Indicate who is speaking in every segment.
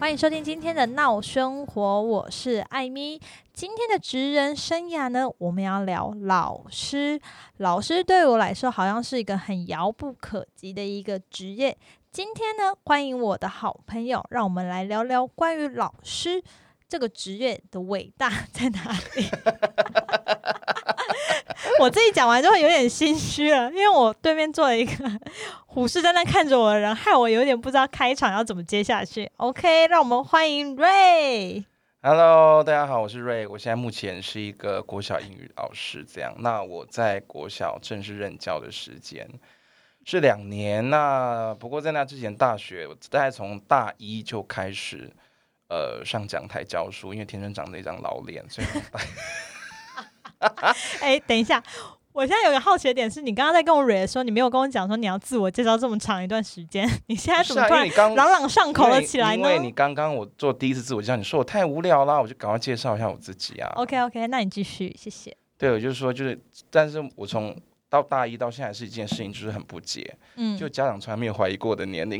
Speaker 1: 欢迎收听今天的《闹生活》，我是艾米。今天的职人生涯呢，我们要聊老师。老师对我来说，好像是一个很遥不可及的一个职业。今天呢，欢迎我的好朋友，让我们来聊聊关于老师这个职业的伟大在哪里。我自己讲完之后有点心虚了，因为我对面坐了一个虎视眈眈看着我的人，害我有点不知道开场要怎么接下去。OK，让我们欢迎瑞。
Speaker 2: Hello，大家好，我是瑞，我现在目前是一个国小英语老师，这样。那我在国小正式任教的时间是两年，那不过在那之前，大学我大概从大一就开始呃上讲台教书，因为天生长着一张老脸， 所以
Speaker 1: 哎，等一下，我现在有个好奇的点是，你刚刚在跟我蕊的时候，你没有跟我讲说你要自我介绍这么长一段时间，你现在
Speaker 2: 不
Speaker 1: 哎怎
Speaker 2: 是
Speaker 1: 么
Speaker 2: 啊，
Speaker 1: 突
Speaker 2: 因为
Speaker 1: 然
Speaker 2: 你刚
Speaker 1: 朗朗上口
Speaker 2: 因
Speaker 1: 了
Speaker 2: 为
Speaker 1: 起来
Speaker 2: 因
Speaker 1: 呢
Speaker 2: 为你刚刚我做第一次自我介绍，你说我太无聊啦，我就赶快介绍一下我自己啊。
Speaker 1: ？OK OK，那你继续，谢谢。
Speaker 2: 对，我就说就是，但是我从到大一到现在是一件事情，就是很不解。
Speaker 1: 嗯，
Speaker 2: 就家长从来没有怀疑过我的年龄。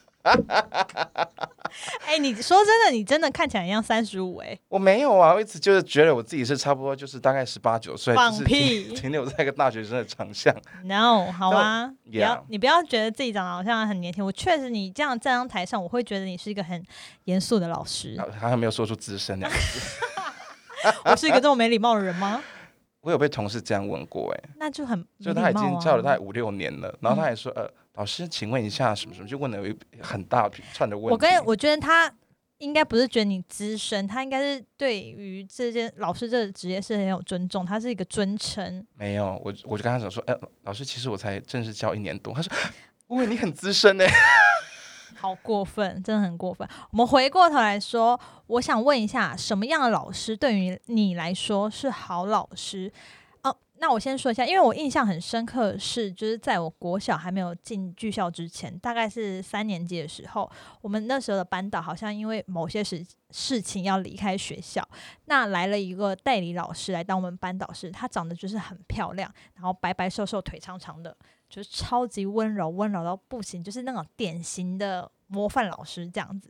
Speaker 1: 哎、你说真的，你真的看起来像三十五哎，
Speaker 2: 我没有啊，我一直就是觉得我自己是差不多，就是大概十八九岁，
Speaker 1: 放
Speaker 2: 就是
Speaker 1: 屁
Speaker 2: 停停留在一个大学生的长相。
Speaker 1: No，好啊，不要
Speaker 2: Yeah
Speaker 1: 你不要觉得自己长得好像很年轻。我确实，你这样站上台上，我会觉得你是一个很严肃的老师
Speaker 2: 然。后他还没有说出资深两个字，
Speaker 1: 我是一个这么没礼貌的人吗？
Speaker 2: 我有被同事这样问过、哎，
Speaker 1: 那就很没
Speaker 2: 就
Speaker 1: 礼貌嗯
Speaker 2: 他已经
Speaker 1: 啊
Speaker 2: 叫了大概五六年了，然后他还说，呃，老师，请问一下什么什么，就问了有一很大串的问题。
Speaker 1: 我跟我觉得他应该不是觉得你资深，他应该是对于这件老师这个职业是很有尊重，他是一个尊称。
Speaker 2: 没有，我我就跟他讲说，哎、老师，其实我才正式教一年多。他说，喂，你很资深呢、哎
Speaker 1: 好过分，真的很过分。我们回过头来说，我想问一下，什么样的老师对于你来说是好老师？哦，那我先说一下，因为我印象很深刻的是，就是在我国小还没有进剧校之前，大概是三年级的时候，我们那时候的班导好像因为某些事事情要离开学校，那来了一个代理老师来当我们班导师，她长得就是很漂亮，然后白白瘦瘦，腿长长的，就是超级温柔，温柔到不行，就是那种典型的模范老师这样子。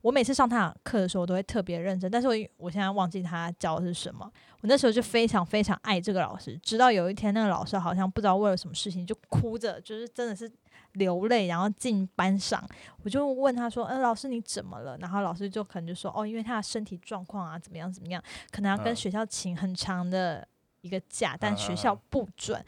Speaker 1: 我每次上他的课的时候，我都会特别认真，但是我我现在忘记他教的是什么。我那时候就非常非常爱这个老师，直到有一天那个老师好像不知道为了什么事情就哭着，就是真的是流泪，然后进班上。我就问他说：“嗯、老师你怎么了？”然后老师就可能就说：“哦，因为他的身体状况啊，怎么样怎么样，可能要跟
Speaker 2: 嗯
Speaker 1: 学校请很长的一个假，但学
Speaker 2: 嗯嗯
Speaker 1: 校
Speaker 2: 嗯
Speaker 1: 不准。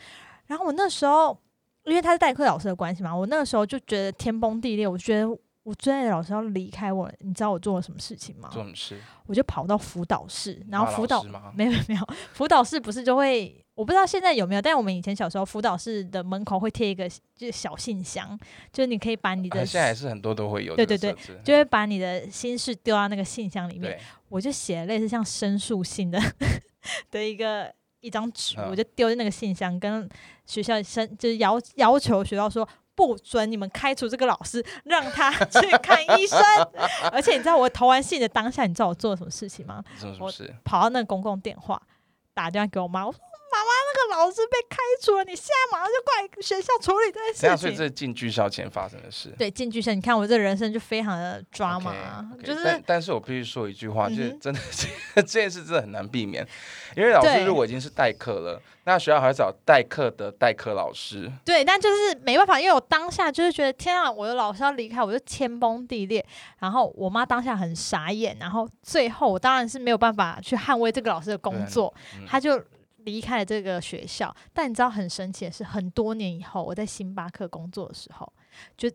Speaker 1: 然后我那时候，因为他是代课老师的关系嘛，我那个时候就觉得天崩地裂，我觉得我最爱的老师要离开我了。你知道我做了什么事情吗？
Speaker 2: 做什么事？
Speaker 1: 我就跑到辅导室，哦然后
Speaker 2: 骂老
Speaker 1: 辅导
Speaker 2: 师吗
Speaker 1: 没有没有没有，辅导室不是就会，我不知道现在有没有，但我们以前小时候辅导室的门口会贴一个就是小信箱，就是你可以把你的、
Speaker 2: 啊现在还是很多都会有
Speaker 1: 对
Speaker 2: 这
Speaker 1: 对
Speaker 2: 个
Speaker 1: 对
Speaker 2: 设置。
Speaker 1: 就会把你的心事丢到那个信箱里面。
Speaker 2: 对，
Speaker 1: 我就写类似像申诉信的 的一个一张纸，
Speaker 2: 嗯
Speaker 1: 我就丢进那个信箱，跟学校申就是要要求学校说。不准你们开除这个老师，让他去看医生。而且你知道我投完信的当下，你知道我做了什么事情吗？
Speaker 2: 做什
Speaker 1: 我
Speaker 2: 么事？
Speaker 1: 跑到那个公共电话打电话给我妈，我说：“妈妈，那个老师被开除了，你现在马上就过来学校处理 这
Speaker 2: 等一
Speaker 1: 件
Speaker 2: 下，
Speaker 1: 事情。”
Speaker 2: 所以这是进剧校前发生的事。
Speaker 1: 对，进剧社，你看我这人生就非常的抓
Speaker 2: OK，
Speaker 1: 马
Speaker 2: OK，
Speaker 1: 就是
Speaker 2: 但但是我必须说一句话，就是
Speaker 1: 嗯哼
Speaker 2: 真的，这件事真的很难避免，因为老
Speaker 1: 对
Speaker 2: 师如果已经是代课了，那学校还会找代课的代课老师。
Speaker 1: 对，但就是没办法，因为我当下就是觉得天啊，我的老师要离开，我就天崩地裂。然后我妈当下很傻眼，然后最后我当然是没有办法去捍卫这个老师的工
Speaker 2: 对
Speaker 1: 作，
Speaker 2: 嗯
Speaker 1: 她就离开了这个学校。但你知道很神奇的是，很多年以后我在星巴克工作的时候，就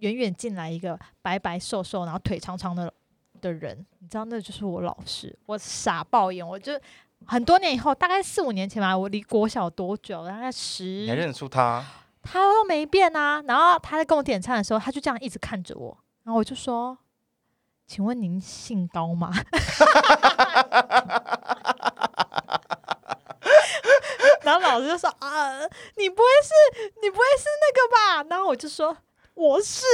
Speaker 1: 远远进来一个白白瘦瘦，然后腿长长的的人，你知道那就是我老师，我傻爆眼，我就。很多年以后，大概四五年前吧，我离国小多久？大概十
Speaker 2: 你还认得出他？
Speaker 1: 他都没变啊。然后他在跟我点餐的时候，他就这样一直看着我，然后我就说：“请问您姓高吗？” 然后老师就说：“啊，你不会是，你不会是那个吧？”然后我就说：“我是，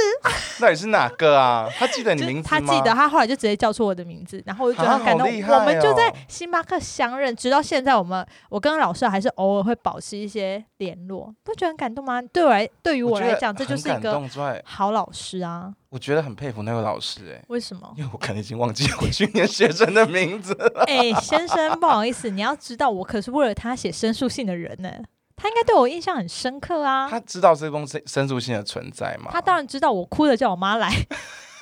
Speaker 2: 到底是哪个啊？他记得你
Speaker 1: 就是
Speaker 2: 名字
Speaker 1: 他
Speaker 2: 吗？
Speaker 1: 记得，他后来就直接叫出我的名字，然后我就觉得
Speaker 2: 啊
Speaker 1: 很感动。
Speaker 2: 好厉害哦
Speaker 1: 我们就在星巴克相认，直到现在，我们我跟老师还是偶尔会保持一些联络，不觉得很感动吗？对我来，对于我
Speaker 2: 觉得
Speaker 1: 来讲，这
Speaker 2: 很
Speaker 1: 就是一
Speaker 2: 感
Speaker 1: 个
Speaker 2: 动之外，
Speaker 1: 好老师啊。
Speaker 2: 我觉得很佩服那位老师哎、？
Speaker 1: 为什么
Speaker 2: 因为我可能已经忘记我去年学生的名字了。
Speaker 1: 哎、先生，不好意思，你要知道，我可是为了他写申诉信的人呢、他应该对我印象很深刻 啊。
Speaker 2: 他知道这封申申诉信的存在吗？
Speaker 1: 他当然知道我哭着叫我妈 来，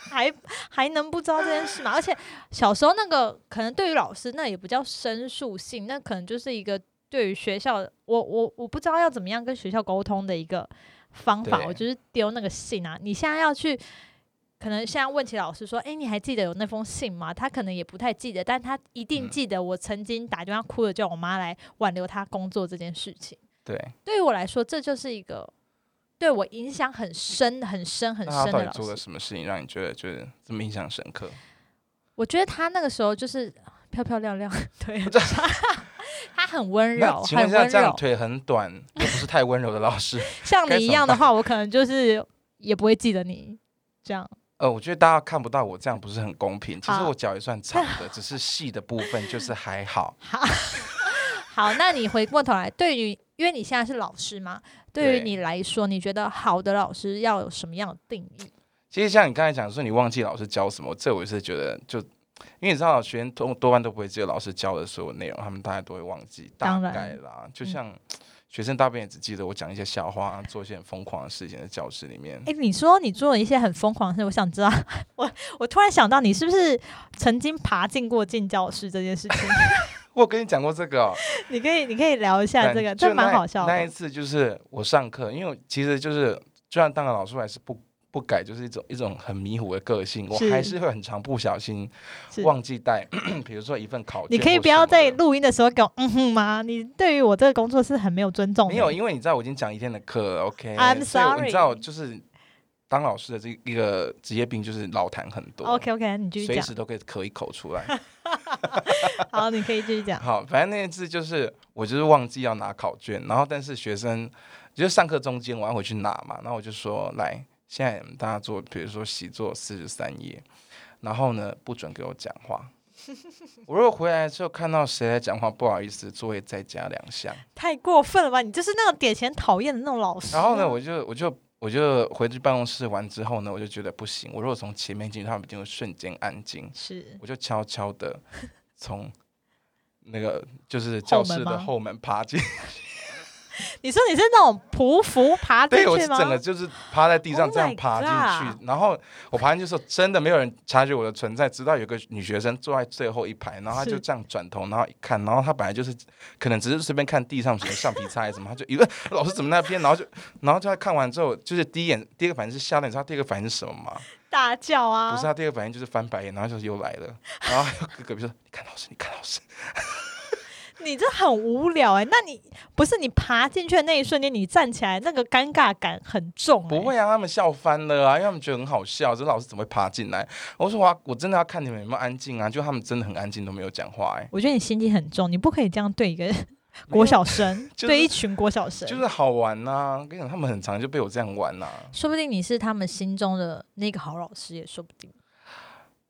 Speaker 1: 还还能不知道这件事吗？而且小时候那个可能对于老师那也不叫申诉性，那可能就是一个对于学校，我我我不知道要怎么样跟学校沟通的一个方法，
Speaker 2: 对
Speaker 1: 我就是丢那个信啊。你现在要去。可能现在问起老师说：“哎诶，你还记得有那封信吗？”他可能也不太记得，但他一定
Speaker 2: 嗯
Speaker 1: 记得我曾经打电话哭着叫我妈来挽留他工作这件事情。
Speaker 2: 对，
Speaker 1: 对于我来说，这就是一个对我影响很深、很深、很
Speaker 2: 那他
Speaker 1: 深
Speaker 2: 到
Speaker 1: 的
Speaker 2: 底
Speaker 1: 老
Speaker 2: 做了
Speaker 1: 师。
Speaker 2: 什么事情让你觉得就是这么印象深刻？
Speaker 1: 我觉得他那个时候就是漂漂亮 亮，对
Speaker 2: 这，
Speaker 1: 他很温
Speaker 2: 那
Speaker 1: 柔，
Speaker 2: 请问
Speaker 1: 很
Speaker 2: 一下，
Speaker 1: 温
Speaker 2: 这样
Speaker 1: 柔。
Speaker 2: 腿很短， 也不是太温柔的老师，
Speaker 1: 像
Speaker 2: 该
Speaker 1: 你一
Speaker 2: 怎么
Speaker 1: 样的话，我可能就是也不会记得你这样。
Speaker 2: 呃，我觉得大家看不到我这样不是很公平。其实
Speaker 1: 好
Speaker 2: 我脚也算长 的，只是细的部分就是还好。
Speaker 1: 好，那你回过头来，对于因为你现在是老师嘛，对于
Speaker 2: 对
Speaker 1: 你来说，你觉得好的老师要有什么样的定义？
Speaker 2: 其实像你刚才讲说你忘记老师教什么，这我也是觉得就，因为你知道学生多多半都不会记得老师教的所有内容，他们大概都会忘记，大
Speaker 1: 当然嗯
Speaker 2: 概啦。就像、学生大部分也只记得我讲一些笑话啊，做一些很疯狂的事情在教室里面。
Speaker 1: 诶，你说你做了一些很疯狂的事，我想知道， 我我突然想到，你是不是曾经爬进过进教室这件事情？
Speaker 2: 我有跟你讲过这个、哦，
Speaker 1: 你可以，你可以聊一下
Speaker 2: 但
Speaker 1: 这个，
Speaker 2: 就
Speaker 1: 这蛮
Speaker 2: 那
Speaker 1: 好笑
Speaker 2: 那一
Speaker 1: 的。
Speaker 2: 次就是我上课，因为我其实就是就算当了老师，我还是不不改，就是一种一种很迷糊的个性，我
Speaker 1: 是
Speaker 2: 还是会很常不小心
Speaker 1: 是
Speaker 2: 忘记带，比如说一份考
Speaker 1: 你
Speaker 2: 卷或什么的。
Speaker 1: 可以不要在录音的时候给我嗯哼吗？你对于我这个工作是很没有尊重的。
Speaker 2: 没有，因为你知道我已经讲一天的课了，OK？
Speaker 1: I'm
Speaker 2: 所以我
Speaker 1: sorry
Speaker 2: 你知道就是当老师的这一个职业病就是老谈很多
Speaker 1: OK OK，你继续
Speaker 2: 随
Speaker 1: 讲。
Speaker 2: 时都可以咳一口出来。
Speaker 1: 好，你可以继续 讲。
Speaker 2: 好，反正那一次就是我就是忘记要拿考卷，然后但是学生就是上课中间我要回去拿嘛，然后我就说来，现在大家做，比如说习作四十三页，然后呢不准给我讲 话。我如果回来之后看到谁在讲话，不好意思，作业再加两项。
Speaker 1: 太过分了吧？你就是那种典型讨厌的那种老师。
Speaker 2: 然后呢，我就我就我就回去办公室完之后呢，我就觉得不行，我如果从前面进去，他们一定会瞬间安 静，
Speaker 1: 是
Speaker 2: 我就悄悄的从那个就是教室
Speaker 1: 后
Speaker 2: 的
Speaker 1: 门吗
Speaker 2: 后门爬进
Speaker 1: 你说你是那种匍匐爬进
Speaker 2: 对，我
Speaker 1: 去
Speaker 2: 是
Speaker 1: 吗？
Speaker 2: 整个就是趴在地上
Speaker 1: Oh
Speaker 2: 这样
Speaker 1: my
Speaker 2: 爬进去
Speaker 1: God
Speaker 2: 然后我爬进去的时候，真的没有人察觉我的存在，直到有个女学生坐在最后一排，然后她
Speaker 1: 是
Speaker 2: 就这样转头，然后一看，然后她本来就是可能只是随便看地上什么橡皮擦还是什么，她就一个老师怎么那边，然后就然后就她看完之后，就是第一眼第一个反应是吓到，你知道她第二个反应是什么吗？
Speaker 1: 大叫啊！
Speaker 2: 不是，她第二个反应就是翻白眼，然后就是又来了，然后还有隔壁说你看老师，你看老师，
Speaker 1: 你这很无聊哎、那你不是你爬进去的那一瞬间，你站起来那个尴尬感很重、欸
Speaker 2: 不，会啊，他们笑翻了啊，因为他们觉得很好笑，这老师怎么会爬进来？我说哇，我真的要看你们有没有安静啊，就他们真的很安静，都没有讲话、哎，
Speaker 1: 我觉得你心机很重，你不可以这样对一个国小生，
Speaker 2: 就是
Speaker 1: 对一群国小生。
Speaker 2: 就是好玩呐、跟你讲，他们很常就被我这样玩啊呐、
Speaker 1: 说不定你是他们心中的那个好老师，也说不定。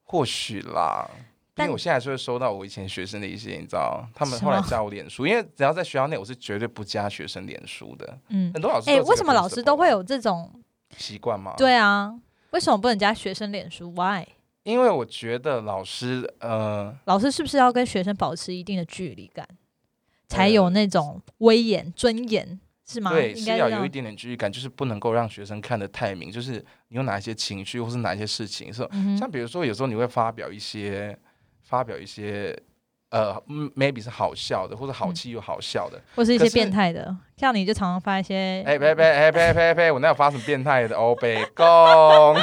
Speaker 2: 或许啦。因
Speaker 1: 但
Speaker 2: 为我现在还是会收到我以前学生的一些，你知道，他们
Speaker 1: 什
Speaker 2: 后来
Speaker 1: 么
Speaker 2: 加我脸书，因为只要在学校内，我是绝对不加学生脸书的。
Speaker 1: 嗯，
Speaker 2: 很多老师都
Speaker 1: 哎、
Speaker 2: 有这个
Speaker 1: 为什么老师
Speaker 2: principle
Speaker 1: 都会有这种？
Speaker 2: 习惯吗？，
Speaker 1: 对啊，为什么不能加学生脸书？Why？
Speaker 2: 因为我觉得老师，呃，
Speaker 1: 老师是不是要跟学生保持一定的距离感，才有那种威严、尊严，是吗？
Speaker 2: 对，
Speaker 1: 应
Speaker 2: 是
Speaker 1: 该
Speaker 2: 要
Speaker 1: 这
Speaker 2: 有
Speaker 1: 样
Speaker 2: 一点点距离感，就是不能够让学生看得太明，就是你有哪一些情绪，或是哪一些事情是
Speaker 1: 嗯
Speaker 2: 像
Speaker 1: 哼，
Speaker 2: 比如说，有时候你会发表一些发表一些呃嗯，maybe 是好笑的，或者好
Speaker 1: 嗯
Speaker 2: 气又好笑的。
Speaker 1: 或是一
Speaker 2: 可
Speaker 1: 些
Speaker 2: 是
Speaker 1: 变态的，像你就常常发一些，
Speaker 2: 哎呸呸哎呸呸呸！我哪有发什么变态的？欧北共，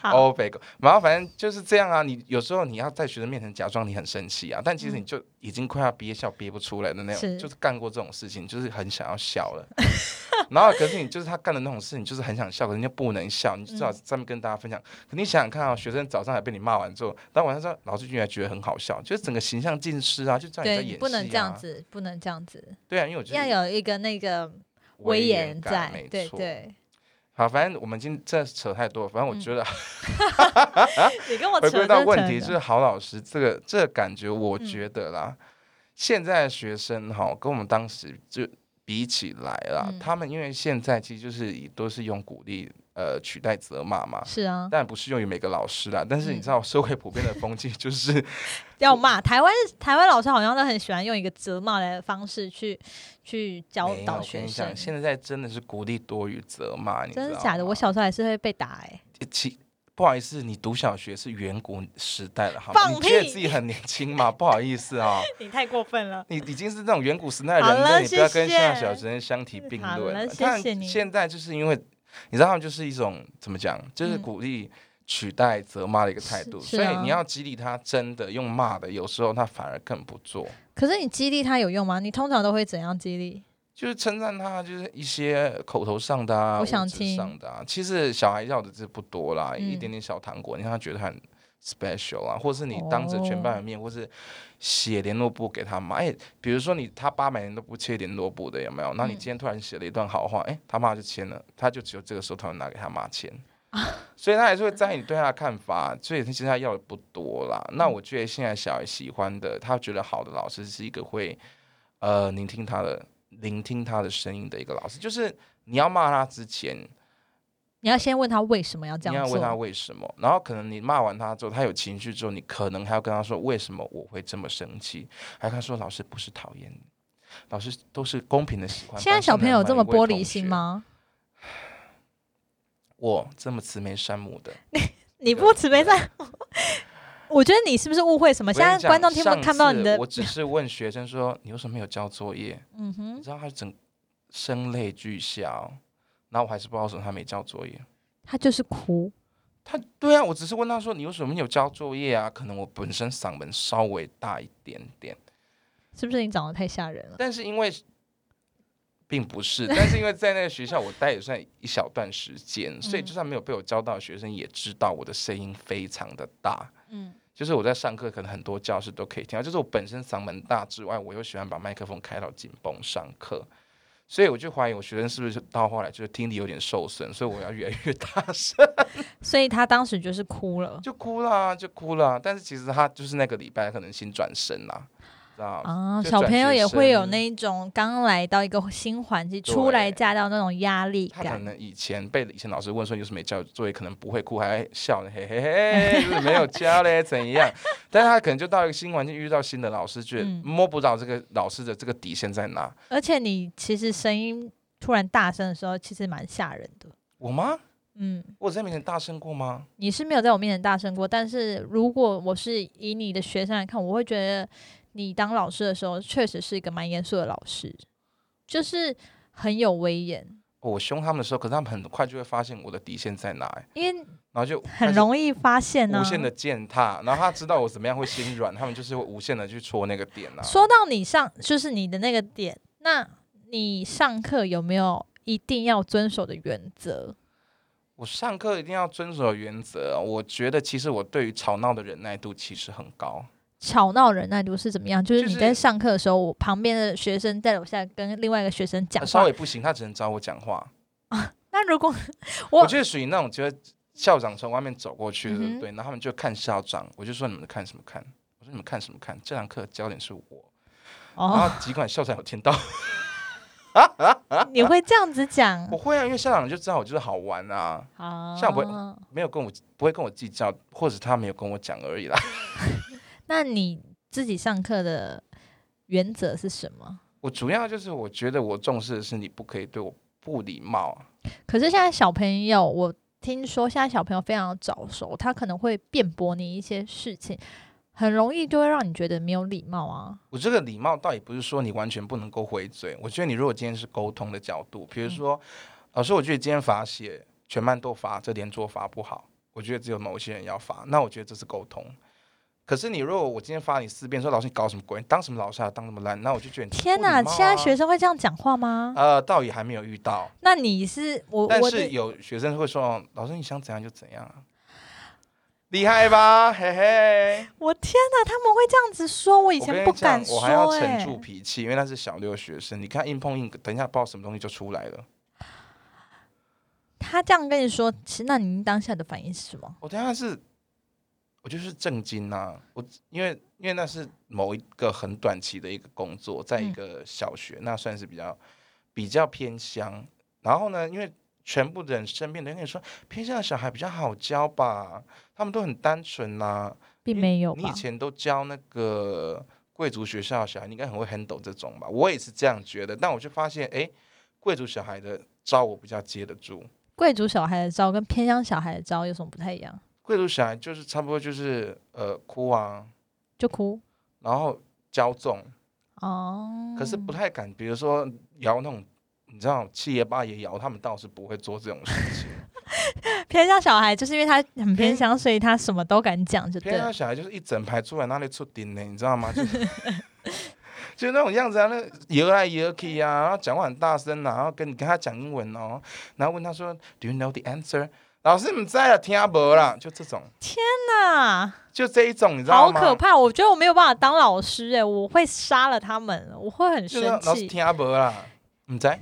Speaker 1: 好，
Speaker 2: 欧北共。然后反正就是这样啊。你有时候你要在学生面前假装你很生气啊，但其实你就已经快要憋笑憋不出来的那种，
Speaker 1: 嗯是
Speaker 2: 就是干过这种事情，就是很想要笑了。然后可是你就是他干的那种事，你就是很想笑，可是你就不能笑，你就只
Speaker 1: 嗯
Speaker 2: 好上面跟大家分享。可你想想看啊，学生早上还被你骂完之后，然后晚上说老师居然觉得很好笑，就是整个形象尽失啊，就这样你在
Speaker 1: 对，
Speaker 2: 演戏、
Speaker 1: 你
Speaker 2: 啊、
Speaker 1: 不能这样。子，不能这样子，
Speaker 2: 对啊，因为我觉
Speaker 1: 要
Speaker 2: 得
Speaker 1: 有一个那个
Speaker 2: 威
Speaker 1: 严在
Speaker 2: 感没，
Speaker 1: 对
Speaker 2: 错
Speaker 1: 对，
Speaker 2: 好，反正我们今这扯太多了，反正我
Speaker 1: 嗯
Speaker 2: 觉得
Speaker 1: 你跟我
Speaker 2: 回
Speaker 1: 扯
Speaker 2: 归到
Speaker 1: 这
Speaker 2: 问
Speaker 1: 扯
Speaker 2: 题，
Speaker 1: 的
Speaker 2: 就是好老师这个这个感觉，我
Speaker 1: 嗯
Speaker 2: 觉得啦，现在的学生哈，跟我们当时就比起来啦，
Speaker 1: 嗯
Speaker 2: 他们因为现在其实就是以都是用鼓励呃取代责骂嘛。
Speaker 1: 是啊，
Speaker 2: 但不适用于每个老师啦，但是
Speaker 1: 嗯
Speaker 2: 你知道社会普遍的风气 就是，
Speaker 1: 要骂台湾台湾老师好像都很喜欢用一个责骂的方式去去教
Speaker 2: 没有
Speaker 1: 导
Speaker 2: 我跟
Speaker 1: 学
Speaker 2: 你
Speaker 1: 生
Speaker 2: 讲，，现在真的是鼓励多于责骂，你知
Speaker 1: 真的
Speaker 2: 道
Speaker 1: 假的？我
Speaker 2: 吗
Speaker 1: 小时候还是会被打哎、
Speaker 2: 其不好意思，你读小学是远古时代了，好吗？
Speaker 1: 放
Speaker 2: 你觉得
Speaker 1: 屁
Speaker 2: 自己很年轻吗？不好意思啊、
Speaker 1: 你太过分了。
Speaker 2: 你已经是那种远古时代的人
Speaker 1: 好
Speaker 2: 了，
Speaker 1: 了
Speaker 2: 你不要
Speaker 1: 谢
Speaker 2: 跟现在
Speaker 1: 谢
Speaker 2: 小学生相提并
Speaker 1: 好
Speaker 2: 论
Speaker 1: 了
Speaker 2: 了。
Speaker 1: 谢
Speaker 2: 但
Speaker 1: 谢你
Speaker 2: 现在就是因为你知道，他们就是一种怎么讲，就是
Speaker 1: 嗯
Speaker 2: 鼓励取代责骂的一个态度，
Speaker 1: 是
Speaker 2: 所以
Speaker 1: 啊
Speaker 2: 你要激励他真的用骂的，有时候他反而更不做。
Speaker 1: 可是你激励他有用吗？你通常都会怎样激励？
Speaker 2: 就是称赞他，就是一些口头上的啊，
Speaker 1: 我
Speaker 2: 物
Speaker 1: 想
Speaker 2: 质
Speaker 1: 听
Speaker 2: 上的啊。其实小孩要的这不多啦，
Speaker 1: 嗯
Speaker 2: 一点点小糖果，你让他觉得很 special 啊，或是你当着全班的面，或是写联络簿给他妈。哎、比如说你他爸每年都不签联络簿的，有没有？那你
Speaker 1: 嗯
Speaker 2: 今天突然写了一段好话，哎、他妈就签了，他就只有这个时候他会拿给他妈签。所以他还是会在意你对他的看法，所以其实他要的不多啦。那我觉得现在小孩喜欢的，他觉得好的老师是一个会呃聆听他的聆听他的声音的一个老师，就是你要骂他之前，
Speaker 1: 你要先问他为什么要这
Speaker 2: 你要
Speaker 1: 样
Speaker 2: 问他
Speaker 1: 做，
Speaker 2: 为什么，然后可能你骂完他之后，他有情绪之后，你可能还要跟他说为什么我会这么生气，还跟他说老师不是讨厌你，老师都是公平的喜欢。
Speaker 1: 现在
Speaker 2: 班
Speaker 1: 小
Speaker 2: 上
Speaker 1: 朋
Speaker 2: 的
Speaker 1: 友
Speaker 2: 每
Speaker 1: 这么
Speaker 2: 一位
Speaker 1: 玻
Speaker 2: 同
Speaker 1: 璃心
Speaker 2: 学？
Speaker 1: 吗？
Speaker 2: 我这么慈眉善目的，
Speaker 1: 你不慈悲善， 我觉得你是不是误会什么？
Speaker 2: 啊我
Speaker 1: 现
Speaker 2: 跟
Speaker 1: 在
Speaker 2: 你讲
Speaker 1: 观众听不
Speaker 2: 上
Speaker 1: 看不到
Speaker 2: 次
Speaker 1: 你的
Speaker 2: 我，只是问学生说你为什么没有交作业？
Speaker 1: 嗯
Speaker 2: 你
Speaker 1: 哼，
Speaker 2: 知道他整声泪俱下、哦，然后我还是不知道为什么他没交作业。
Speaker 1: 他就是哭，
Speaker 2: 他对啊，我只是问他说你为什么没有交作业啊？可能我本身嗓门稍微大一点点，
Speaker 1: 是不是你长得太吓人了？
Speaker 2: 但是因为并不是， 但是因为在那个学校我待也算一小段时间，所以就算没有被我教到的学生也知道我的声音非常的大。
Speaker 1: 嗯，
Speaker 2: 就是我在上课，可能很多教室都可以听到。就是我本身嗓门大之外，我又喜欢把麦克风开到紧绷上课，所以我就怀疑我学生是不是到后来就是听力有点受损，所以我要越来越大声。
Speaker 1: 所以他当时就是哭了
Speaker 2: 就哭啦，就哭啦。但是其实他就是那个礼拜可能新转身啦，知道吗？
Speaker 1: 啊。
Speaker 2: 就
Speaker 1: 小
Speaker 2: 转
Speaker 1: 朋友
Speaker 2: 学
Speaker 1: 也会有
Speaker 2: 生
Speaker 1: 那一种刚来到一个新环境，初
Speaker 2: 对
Speaker 1: 来乍到那种压力
Speaker 2: 他可
Speaker 1: 感。
Speaker 2: 能以前被以前老师问说你有什么没交作业，可能不会哭，还笑呢，嘿嘿嘿，就是没有交嘞，怎样？但是他可能就到一个新环境，遇到新的老师，觉得
Speaker 1: 嗯
Speaker 2: 摸不着这个老师的这个底线在哪。
Speaker 1: 而且你其实声音突然大声的时候，其实蛮吓人的。
Speaker 2: 我吗？
Speaker 1: 嗯，
Speaker 2: 我有在面前大声过吗？
Speaker 1: 你是没有在我面前大声过，但是如果我是以你的学生来看，我会觉得你当老师的时候，确实是一个蛮严肃的老师，就是很有威严，
Speaker 2: 哦我凶他们的时候，可是他们很快就会发现我的底线在哪，欸
Speaker 1: 因为
Speaker 2: 然后就开
Speaker 1: 很
Speaker 2: 始
Speaker 1: 容易发现呢、
Speaker 2: 无限的践踏，然后他知道我怎么样会心软，他们就是会无限的去戳那个点啊。
Speaker 1: 说到你上，就是你的那个点，那你上课有没有一定要遵守的原则？
Speaker 2: 我上课一定要遵守原则。哦我觉得其实我对于吵闹的忍耐度其实很高。
Speaker 1: 吵闹忍耐度是怎么样？就是
Speaker 2: 就
Speaker 1: 你
Speaker 2: 是
Speaker 1: 在上课的时候，我旁边的学生在楼下跟另外一个学生讲
Speaker 2: 呃稍
Speaker 1: 话
Speaker 2: 微。不行，他只能找我讲话。
Speaker 1: 那如果
Speaker 2: 我
Speaker 1: 我
Speaker 2: 就是属于那种，觉得校长从外面走过去，
Speaker 1: 嗯哼
Speaker 2: 对不对？然后他们就看校长，我就说你们看什么看？我说你们看什么看？这堂课焦点是我。然
Speaker 1: 哦，
Speaker 2: 后尽管校长有听到，
Speaker 1: 你会这样子讲
Speaker 2: 我会啊，因为校长就知道我就是好玩啊，
Speaker 1: 啊？
Speaker 2: 像我没有跟我不会跟我计较，或者他没有跟我讲而已啦。
Speaker 1: 那你自己上课的原则是什么？
Speaker 2: 我主要就是我觉得我重视的是你不可以对我不礼貌啊。
Speaker 1: 可是现在小朋友，我听说现在小朋友非常早熟，他可能会辩驳你一些事情，很容易就会让你觉得没有礼貌啊。
Speaker 2: 我这个礼貌倒也不是说你完全不能够回嘴，我觉得你如果今天是沟通的角度，
Speaker 1: 嗯
Speaker 2: 比如说，老师，我觉得今天罚写全班都罚，这连坐罚不好，我觉得只有某些人要罚，那我觉得这是沟通。可是你如果我今天罚你四遍，说老师你搞什么鬼，你当什么老师啊，当什么烂，那我就觉得你这
Speaker 1: 天
Speaker 2: 不礼貌啊
Speaker 1: 现在学生会这样讲话吗？
Speaker 2: 呃，倒也还没有遇到，
Speaker 1: 那你是我，
Speaker 2: 但
Speaker 1: 我
Speaker 2: 是
Speaker 1: 的
Speaker 2: 有学生会说，哦老师你想怎样就怎样啊，厉害吧，嘿嘿。
Speaker 1: 我天哪，他们会这样子说，我以
Speaker 2: 我跟
Speaker 1: 前
Speaker 2: 你
Speaker 1: 不
Speaker 2: 讲
Speaker 1: 敢
Speaker 2: 我
Speaker 1: 说、
Speaker 2: 还要
Speaker 1: 欸，
Speaker 2: 沉住脾气，因为那是小六学生。你看硬碰硬，等一下不知道什么东西就出来了。
Speaker 1: 他这样跟你说，其实那您当下的反应是什么？
Speaker 2: 我当下是，我就是震惊啊！我因为因为那是某一个很短期的一个工作，在一
Speaker 1: 嗯
Speaker 2: 个小学，那算是比较比较偏乡。然后呢，因为全部的人身边的人跟你说，偏乡的小孩比较好教吧，他们都很单纯啦、
Speaker 1: 并
Speaker 2: 你
Speaker 1: 没有
Speaker 2: 你以
Speaker 1: 吧？
Speaker 2: 前都教那个贵族学校的小孩，你应该很会 handle 这种吧？我也是这样觉得，但我就发现，哎，贵族小孩的招我比较接得住。
Speaker 1: 贵族小孩的招跟偏乡小孩的招有什么不太一样？
Speaker 2: 贵族小孩就是差不多就是呃哭啊，
Speaker 1: 就哭
Speaker 2: 然后骄纵，
Speaker 1: 哦。
Speaker 2: 可是不太敢，比如说摇那种，你知道七爷八爷摇，他们倒是不会做这种事情。
Speaker 1: 偏向小孩，就是因为他很偏
Speaker 2: 偏
Speaker 1: 向，所以他什么都敢讲，就对
Speaker 2: 偏
Speaker 1: 了
Speaker 2: 向。啊小孩就是一整排出来那里出顶呢，你 知道吗？就是 就那种样子啊，那摇来摇去啊，然后讲话很大声啊，然后跟你跟他讲英文哦，然后问他说，Do you know the answer？老师你在了，听阿伯
Speaker 1: 嗯
Speaker 2: 啦，就这种，
Speaker 1: 那
Speaker 2: 就这一种，你知道
Speaker 1: 好
Speaker 2: 吗？
Speaker 1: 可怕！我觉得我没有办法当老师哎、我会杀了他们，我会很
Speaker 2: 就是
Speaker 1: 生
Speaker 2: 老师
Speaker 1: 气。
Speaker 2: 听阿伯啦，你在？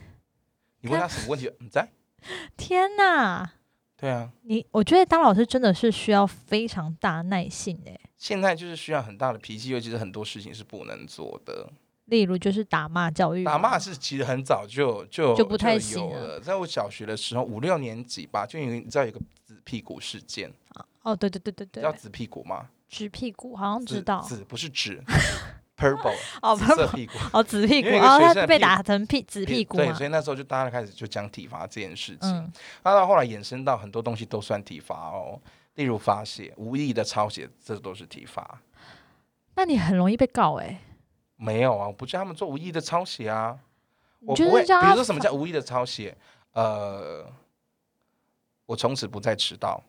Speaker 2: 你问他什么问题？你在？
Speaker 1: 天哪！
Speaker 2: 对啊，
Speaker 1: 你我觉得当老师真的是需要非常大的耐性哎、
Speaker 2: 现在就是需要很大的脾气，尤其是很多事情是不能做的。
Speaker 1: 例如就是打骂教育，
Speaker 2: 打骂是其实很早就就
Speaker 1: 就不太行
Speaker 2: 有
Speaker 1: 了
Speaker 2: 了，在我小学的时候五六年级吧，就有你知道有个紫屁股事件，
Speaker 1: 哦，对对对对
Speaker 2: 你知
Speaker 1: 对
Speaker 2: 道，紫屁股吗？
Speaker 1: 指屁股好像
Speaker 2: 紫
Speaker 1: 知道
Speaker 2: 紫不 是纸，purple
Speaker 1: 哦，
Speaker 2: 紫
Speaker 1: 不
Speaker 2: 色
Speaker 1: 是
Speaker 2: 屁股。
Speaker 1: 哦，指屁股
Speaker 2: 因为有个
Speaker 1: 哦，
Speaker 2: 学
Speaker 1: 他
Speaker 2: 生的
Speaker 1: 被
Speaker 2: 屁股
Speaker 1: 打成屁指屁股
Speaker 2: 对，
Speaker 1: 嘛
Speaker 2: 所，以那时候就大家开始就讲体罚这件事情，
Speaker 1: 嗯，
Speaker 2: 那、到后来衍生到很多东西都算体罚哦，例如发泄、无意的抄写，这都是体罚。
Speaker 1: 那你很容易被告哎、
Speaker 2: 没有啊，我不叫他们做无意的抄写啊，
Speaker 1: 你
Speaker 2: 我
Speaker 1: 就
Speaker 2: 不
Speaker 1: 是
Speaker 2: 会。
Speaker 1: 让
Speaker 2: 比
Speaker 1: 他
Speaker 2: 如说什么叫无意的抄写？呃，我从此不再迟到。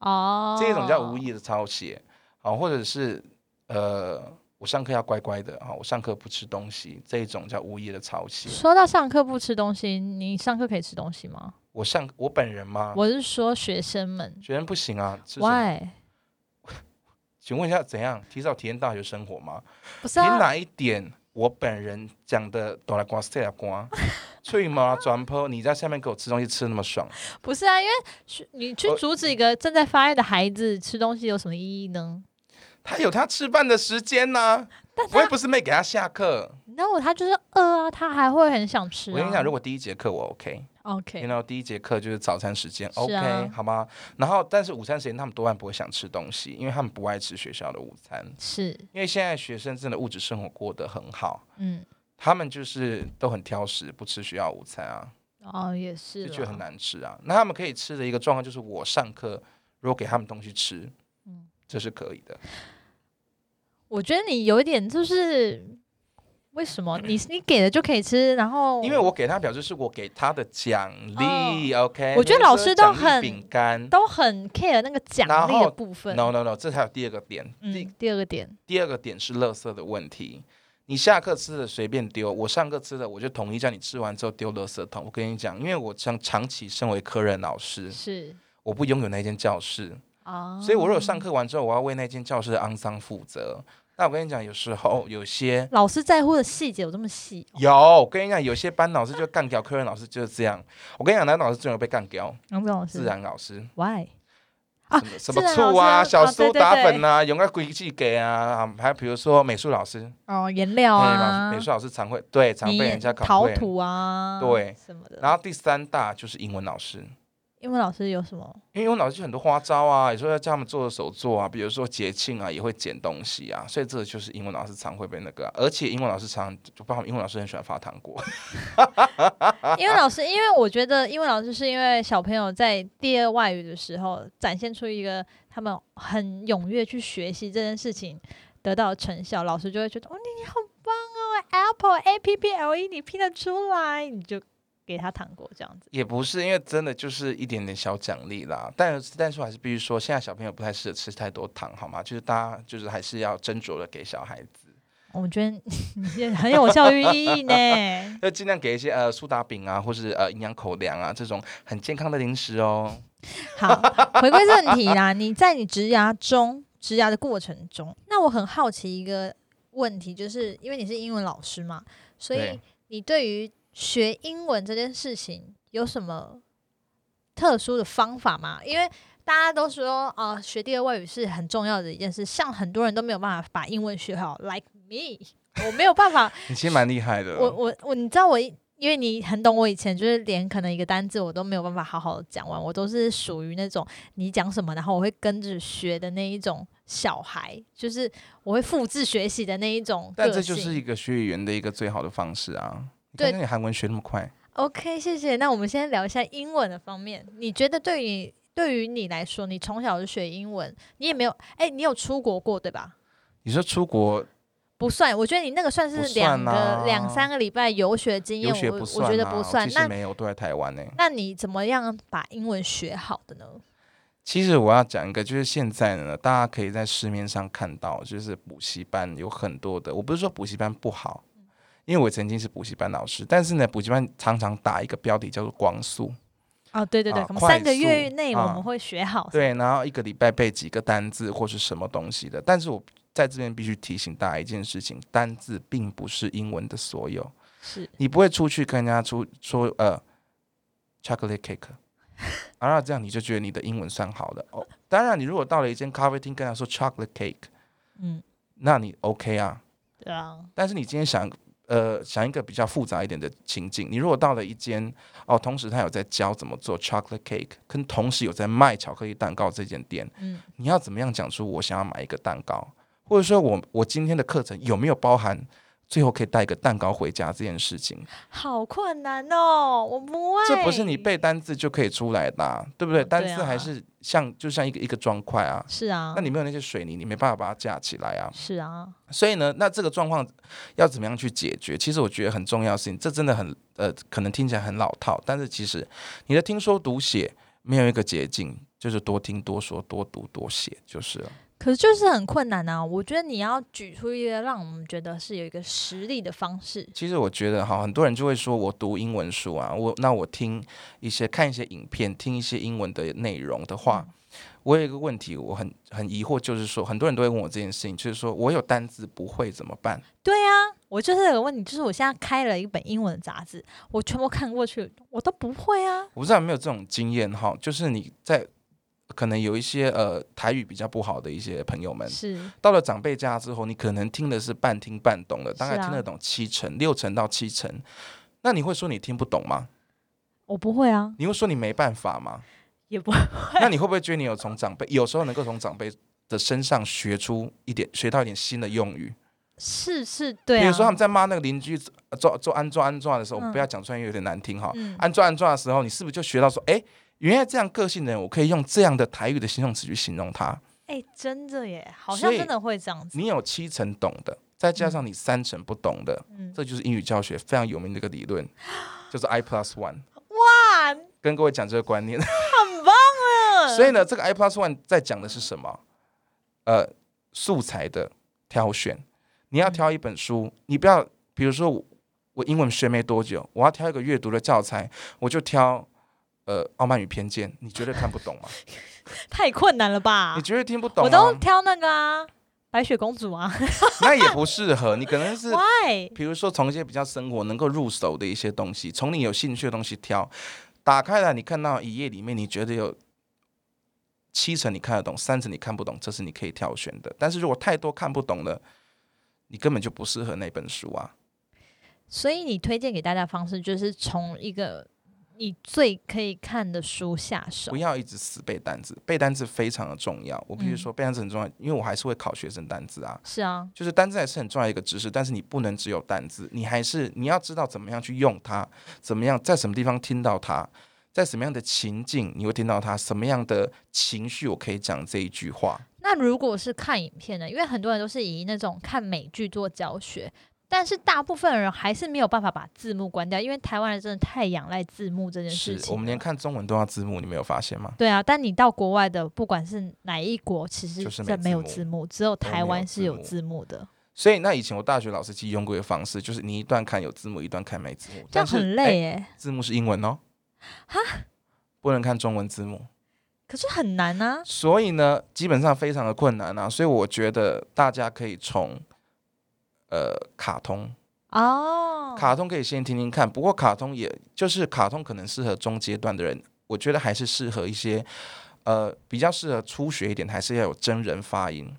Speaker 1: 哦，
Speaker 2: 这种叫无意的抄写啊，或者是呃，我上课要乖乖的啊，我上课不吃东西，这一种叫无意的抄写。
Speaker 1: 说到上课不吃东西，你上课可以吃东西吗？
Speaker 2: 我上我本人吗？
Speaker 1: 我是说学生们
Speaker 2: 学生不行啊，吃什么？
Speaker 1: ，why？
Speaker 2: 请问一下，怎样提早体验大学生活吗？
Speaker 1: 不是
Speaker 2: 凭
Speaker 1: 啊，
Speaker 2: 哪一点？我本人讲的哆啦呱塞啦呱，脆毛转坡，你在下面给我吃东西吃那么爽，
Speaker 1: 不是啊，因为学你去
Speaker 2: 我
Speaker 1: 阻止一个正在发育的孩子吃东西有什么意义呢？
Speaker 2: 他有他吃饭的时间呐、
Speaker 1: 但
Speaker 2: 我也
Speaker 1: 他，
Speaker 2: 不是没给他下课。
Speaker 1: 那我他就是饿啊，他还会很想吃、
Speaker 2: 我
Speaker 1: 啊。
Speaker 2: 跟你讲，如果第一节课我 OK，
Speaker 1: OK，
Speaker 2: 然后第一节课就是早餐时间
Speaker 1: 是
Speaker 2: ，OK，、
Speaker 1: 啊
Speaker 2: 好吗？然后但是午餐时间他们多半不会想吃东西，因为他们不爱吃学校的午餐，
Speaker 1: 是，
Speaker 2: 因为现在学生真的物质生活过得很好，
Speaker 1: 嗯，
Speaker 2: 他们就是都很挑食，不吃学校午餐啊，
Speaker 1: 哦，也是，
Speaker 2: 就觉得很。难吃啊。那他们可以吃的一个状况就是，我上课如果给他们东西吃，
Speaker 1: 嗯
Speaker 2: 这是可以的。
Speaker 1: 我觉得你有一点就是。为什 么你你给了就可以吃？然后
Speaker 2: 因为我给他表示是我给他的奖励、o k
Speaker 1: 哦我觉得老师都很
Speaker 2: 饼干。
Speaker 1: 都很 care 那个奖
Speaker 2: 然
Speaker 1: 励的
Speaker 2: 后
Speaker 1: 部分。
Speaker 2: No no no，这才有第二个点。第、
Speaker 1: 嗯，第二个点，
Speaker 2: 第二个点是垃圾的问题。你下课吃的随便丢，我上课吃的我就统一叫你吃完之后丢垃圾桶。我跟你讲，因为我长长期身为科任老师，
Speaker 1: 是
Speaker 2: 我不拥有那间教室，
Speaker 1: 啊，
Speaker 2: 所以我如果上课完之后，我要为那间教室的肮脏负责。那我跟你讲，有时候有些
Speaker 1: 老师在乎的细节有这么细哦，
Speaker 2: 有，我跟你讲，有些班老师就干掉，科任老师就是这样。我跟你讲，男老师最容易被干掉，
Speaker 1: 杨哦子老师
Speaker 2: 自然老师。
Speaker 1: why 啊
Speaker 2: 什么什
Speaker 1: 自然
Speaker 2: 么醋
Speaker 1: 老
Speaker 2: 啊、
Speaker 1: 师
Speaker 2: 小
Speaker 1: 哦对
Speaker 2: 苏
Speaker 1: 对
Speaker 2: 打
Speaker 1: 对
Speaker 2: 粉啊、勇敢规矩给啊啊，还有比如说美术老师，
Speaker 1: 哦颜料
Speaker 2: 对
Speaker 1: 啊
Speaker 2: 哎老师，美术老师常会对常
Speaker 1: 你
Speaker 2: 被人家考
Speaker 1: 陶
Speaker 2: 会。
Speaker 1: 土啊，
Speaker 2: 对
Speaker 1: 什么的。
Speaker 2: 然后第三大就是英文老师，
Speaker 1: 英文老师有什么？
Speaker 2: 因为英文老师就很多花招啊，有时候要叫他们做手作啊，比如说节庆啊也会捡东西啊，所以这个就是英文老师常会被那个啊、而且英文老师常就包括英文老师很喜欢发糖果，
Speaker 1: 英文老师，因为我觉得英文老师是因为小朋友在第二外语的时候展现出一个他们很踊跃去学习这件事情。得到的成效，老师就会觉得哦，你你好棒哦，Apple A P P L E，你拼得出来，你就给他糖果这样子。
Speaker 2: 也不是因为真的就是一点点小奖励啦，但但是我还是必须说，现在小朋友不太适合吃太多糖，好吗？就是大家就是还是要斟酌的给小孩子。
Speaker 1: 我觉得你也很有教育意义呢。
Speaker 2: 要尽量给一些呃苏打饼啊，或是呃营养口粮啊这种很健康的零食哦。
Speaker 1: 好，回归正题啦， 你在你植牙中，植牙的过程中，那我很好奇一个问题，就是因为你是英文老师嘛，所以
Speaker 2: 对
Speaker 1: 你对于学英文这件事情有什么特殊的方法吗？因为大家都说，呃，学第二外语是很重要的一件事，像很多人都没有办法把英文学好，like me，我没有办法，
Speaker 2: 你其实蛮厉害的。哦
Speaker 1: 我我我，你知道我一，因为你很懂我以前，就是连可能一个单字我都没有办法好好的讲完，我都是属于那种你讲什么，然后我会跟着学的那一种小孩，就是我会复制学习的那一种个
Speaker 2: 但
Speaker 1: 性。
Speaker 2: 这就是一个学语言的一个最好的方式啊！你
Speaker 1: 对
Speaker 2: 看那你韩文学那么快，
Speaker 1: OK，谢谢。那我们先聊一下英文的方面。你觉得对于对于你来说，你从小就学英文，你也没有哎、你有出国过对吧？
Speaker 2: 你说出国
Speaker 1: 不算，我觉得你那个算
Speaker 2: 不
Speaker 1: 是两
Speaker 2: 算
Speaker 1: 个、
Speaker 2: 啊
Speaker 1: 两三个礼拜游学经验，
Speaker 2: 留学
Speaker 1: 我
Speaker 2: 不
Speaker 1: 我
Speaker 2: 算、啊，
Speaker 1: 觉得不算
Speaker 2: 其。实
Speaker 1: 那
Speaker 2: 没有，都在台湾呢、
Speaker 1: 那你怎么样把英文学好的呢？
Speaker 2: 其实我要讲一个，就是现在呢，大家可以在市面上看到，就是补习班有很多的。我不是说补习班不好，因为我曾经是补习班老师，但是呢，补习班常常打一个标题叫做“光速
Speaker 1: 哦，对对对，
Speaker 2: 啊
Speaker 1: 可能
Speaker 2: 快
Speaker 1: 三个月
Speaker 2: 速
Speaker 1: 内我
Speaker 2: 啊
Speaker 1: 们会学好”，。
Speaker 2: 对，然后一个礼拜背几个单字或是什么东西的。但是我在这边必须提醒大家一件事情：单字并不是英文的所有，
Speaker 1: 是
Speaker 2: 你不会出去跟人家出说呃 chocolate cake，然后这样你就觉得你的英文算好的哦。当然，你如果到了一间咖啡厅跟他说 chocolate cake，
Speaker 1: 嗯，
Speaker 2: 那你 OK 啊。
Speaker 1: 对啊，
Speaker 2: 但是你今天想呃想一个比较复杂一点的情境，你如果到了一间哦，同时他有在教怎么做 chocolate cake，跟同时有在卖巧克力蛋糕这间店，
Speaker 1: 嗯，
Speaker 2: 你要怎么样讲出我想要买一个蛋糕，或者说我我今天的课程有没有包含最后可以带一个蛋糕回家这件事情？
Speaker 1: 好困难哦，我不会。
Speaker 2: 这不是你背单字就可以出来的啊、对不对？单
Speaker 1: 对啊
Speaker 2: 字还是像就像一个一个砖块啊，
Speaker 1: 是啊
Speaker 2: 那，你没有那些水泥，你没办法把它架起来啊。
Speaker 1: 是啊，
Speaker 2: 所以呢，那这个状况要怎么样去解决？其实我觉得很重要的事情，这真的很呃，可能听起来很老套，但是其实你的听说读写没有一个捷径，就是多听多说多读多写就是了。
Speaker 1: 可是就是很困难啊！我觉得你要举出一个让我们觉得是有一个实力的方式，
Speaker 2: 其实我觉得哈，很多人就会说我读英文书啊，我那我听一些看一些影片，听一些英文的内容的话，
Speaker 1: 嗯
Speaker 2: 我有一个问题，我很很疑惑，就是说很多人都会问我这件事情，就是说我有单字不会怎么办？
Speaker 1: 对啊，我就是有个问题，就是我现在开了一本英文的杂志，我全部看过去，我都不会啊。
Speaker 2: 我不知道有没有这种经验哈，就是你在可能有一些呃台语比较不好的一些朋友们，
Speaker 1: 是，
Speaker 2: 到了长辈家之后，你可能听的是半听半懂的，大概
Speaker 1: 是啊
Speaker 2: 听得懂七成、六成到七成，那你会说你听不懂吗？
Speaker 1: 我不会啊，
Speaker 2: 你会说你没办法吗？
Speaker 1: 也不，
Speaker 2: 那你会不会觉得你有从长辈，有时候能够从长辈的身上学出一点，学到一点新的用语？
Speaker 1: 是是，对啊。
Speaker 2: 比如说他们在骂那个邻居呃做做安抓安抓的时候，
Speaker 1: 嗯
Speaker 2: 不要讲出来有点难听哈。
Speaker 1: 嗯，
Speaker 2: 安抓安抓的时候，你是不是就学到说，哎，原来这样个性的人，我可以用这样的台语的形容词去形容他。
Speaker 1: 哎、真的耶，好
Speaker 2: 所
Speaker 1: 像
Speaker 2: 以
Speaker 1: 真的会这样子。
Speaker 2: 你有七成懂的，再加上你三成不懂的，
Speaker 1: 嗯，
Speaker 2: 这就是英语教学非常有名的一个理论，就是 I plus one。
Speaker 1: 哇，
Speaker 2: 跟各位讲这个观念。
Speaker 1: 很棒啊！
Speaker 2: 所以呢，这个 i plus one 在讲的是什么？呃，素材的挑选。你要挑一本书，你不要，比如说我我英文学没多久，我要挑一个阅读的教材，我就挑呃《傲慢与偏见》，你绝对看不懂嘛，
Speaker 1: 太困难了吧
Speaker 2: 你？绝对听不懂、
Speaker 1: 啊我都
Speaker 2: 啊，
Speaker 1: 挑那个啊，白雪公主啊
Speaker 2: 那也不适合。你可 能是
Speaker 1: ，Why？
Speaker 2: 比如说从一些比较生活能够入手的一些东西，从你有兴趣的东西挑，打开来你看到一页里面，你觉得有七成你看得懂，三成你看不懂，这是你可以挑选的。但是如果太多看不懂了，你根本就不适合那本书啊。
Speaker 1: 所以你推荐给大家的方式就是从一个你最可以看的书下手
Speaker 2: 不。要一直死背单词，背单词非常的重要。我必须说，背单词很重要，因为我还是会考学生单词啊。
Speaker 1: 是啊，
Speaker 2: 就是单字还是很重要的一个知识，但是你不能只有单字，你还是你要知道怎么样去用它，怎么样在什么地方听到它，在什么样的情境你会听到它，什么样的情绪我可以讲这一句话。
Speaker 1: 那如果是看影片呢？因为很多人都是以那种看美剧做教学，但是大部分人还是没有办法把字幕关掉，因为台湾人真的太仰赖字幕这件事
Speaker 2: 是
Speaker 1: 情了。啊
Speaker 2: 我们连看中文都要字幕，你没有发现吗？
Speaker 1: 对啊，但你到国外的，不管是哪一国，其实
Speaker 2: 就是没
Speaker 1: 这没有
Speaker 2: 字幕
Speaker 1: 字幕，只有台湾是有
Speaker 2: 都没有
Speaker 1: 字幕的，
Speaker 2: 所以那以前我大学老师其实用过一个方式，就是你一段看有字幕，一段看没字幕，
Speaker 1: 这样
Speaker 2: 但是
Speaker 1: 很
Speaker 2: 哎
Speaker 1: 累诶、
Speaker 2: 字幕是英文哦，
Speaker 1: 哈，
Speaker 2: 不能看中文字幕。
Speaker 1: 可是很难啊。
Speaker 2: 所以呢，基本上非常的困难啊。所以我觉得大家可以从呃卡通，
Speaker 1: 哦，
Speaker 2: 卡通可以先听听看。不过卡通也就是卡通可能适合中阶段的人，我觉得还是适合一些，呃，比较适合初学一点，还是要有真人发音。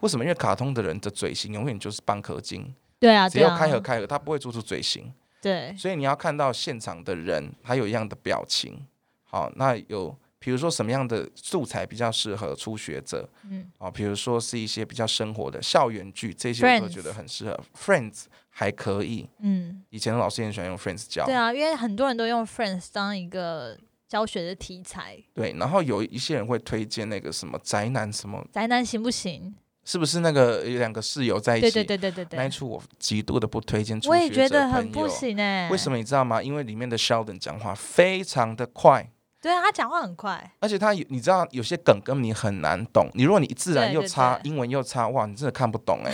Speaker 2: 为什么？因为卡通的人的嘴型永远就是半颗金，
Speaker 1: 对啊，
Speaker 2: 只
Speaker 1: 对
Speaker 2: 有
Speaker 1: 啊，
Speaker 2: 开合开合，他不会做出嘴型。
Speaker 1: 对，
Speaker 2: 所以你要看到现场的人，他有一样的表情。好，那有比如说什么样的素材比较适合初学者
Speaker 1: 嗯，
Speaker 2: 啊？比如说是一些比较生活的校园剧，这些我都
Speaker 1: Friends
Speaker 2: 觉得很适合。Friends 还可以，
Speaker 1: 嗯，
Speaker 2: 以前老师也喜欢用 Friends 教。
Speaker 1: 对啊，因为很多人都用 Friends 当一个教学的题材，
Speaker 2: 对然后有一些人会推荐那个什么宅男什么，
Speaker 1: 宅男行不行？
Speaker 2: 是不是那个有两个室友在一起？
Speaker 1: 对对对对对
Speaker 2: 那一
Speaker 1: 对，
Speaker 2: 出我极度的不推荐初
Speaker 1: 我也
Speaker 2: 学
Speaker 1: 觉
Speaker 2: 者
Speaker 1: 得
Speaker 2: 朋
Speaker 1: 很不
Speaker 2: 友。
Speaker 1: 行哎、
Speaker 2: 为什？么你知道吗？因为里面的 Sheldon 讲话非常的快，
Speaker 1: 对啊，他讲话很快，
Speaker 2: 而且他有，你知道有些梗跟你很难懂。你如果你自然
Speaker 1: 对
Speaker 2: 又
Speaker 1: 对
Speaker 2: 差，
Speaker 1: 对
Speaker 2: 英文又差，哇，你真的看 不懂哎、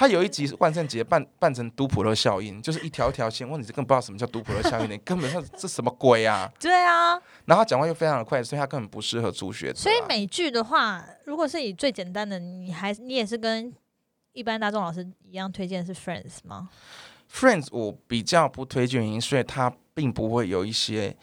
Speaker 2: 他有一集是万圣节扮扮成杜普勒效应，就是一条一条线，哇，你这根本不知道什么叫杜普勒效应，你根本上这什么鬼啊！
Speaker 1: 对啊，
Speaker 2: 然后他讲话又非常的快，所以他根本不适合初学者啊、
Speaker 1: 所以美剧的话，如果是以最简单的，你还你也是跟一般大众老师一样推荐是 Friends 吗？
Speaker 2: Friends 我比较不推荐，原因所以它并不会有一些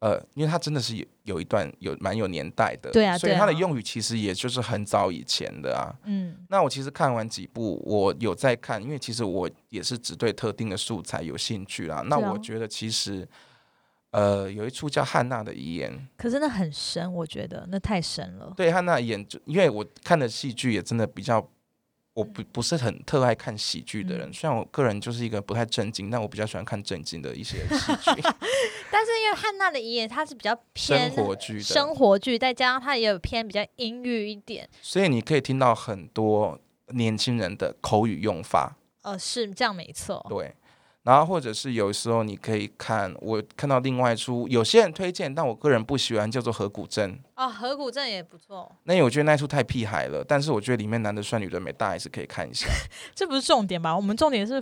Speaker 2: 呃，因为它真的是有有一段有蛮有年代的，
Speaker 1: 对啊
Speaker 2: 所以
Speaker 1: 对啊
Speaker 2: 它的用语其实也就是很早以前的啊。
Speaker 1: 嗯，
Speaker 2: 那我其实看完几部，我有在看，因为其实我也是只对特定的素材有兴趣啦。那
Speaker 1: 对啊
Speaker 2: 我觉得其实，呃，有一出叫《汉娜的遗言》，
Speaker 1: 可是那很深，我觉得那太深了。
Speaker 2: 对汉娜演，就因为我看的戏剧也真的比较，我不不是很特爱看喜剧的人。
Speaker 1: 嗯
Speaker 2: 虽然我个人就是一个不太正经，但我比较喜欢看正经的 一些戏剧。
Speaker 1: 但是因为汉娜的遗言，它是比较
Speaker 2: 生
Speaker 1: 偏
Speaker 2: 活剧的，
Speaker 1: 生活剧，再加上它也有偏比较阴郁一点，
Speaker 2: 所以你可以听到很多年轻人的口语用法，
Speaker 1: 呃，是这样没错。
Speaker 2: 对。然后或者是有时候你可以看，我看到另外一出，有些人推荐，但我个人不喜欢，叫做《河谷镇》。
Speaker 1: 哦，河谷镇也不错，
Speaker 2: 那我觉得那一出太屁孩了，但是我觉得里面男的帅，女的美，大家还是可以看一下。
Speaker 1: 这不是重点吧？我们重点是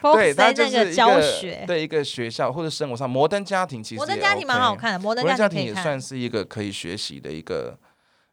Speaker 2: 对，
Speaker 1: focus 在
Speaker 2: 它就
Speaker 1: 那
Speaker 2: 是一
Speaker 1: 个教学。
Speaker 2: 对一个学校或者生活上，《摩登家庭》其实
Speaker 1: 摩登
Speaker 2: 也
Speaker 1: 家庭蛮
Speaker 2: OK
Speaker 1: 好看的，摩
Speaker 2: 我
Speaker 1: 登
Speaker 2: 觉得家
Speaker 1: 庭可
Speaker 2: 庭也
Speaker 1: 以
Speaker 2: 算
Speaker 1: 看。
Speaker 2: 是一个可以学习的一个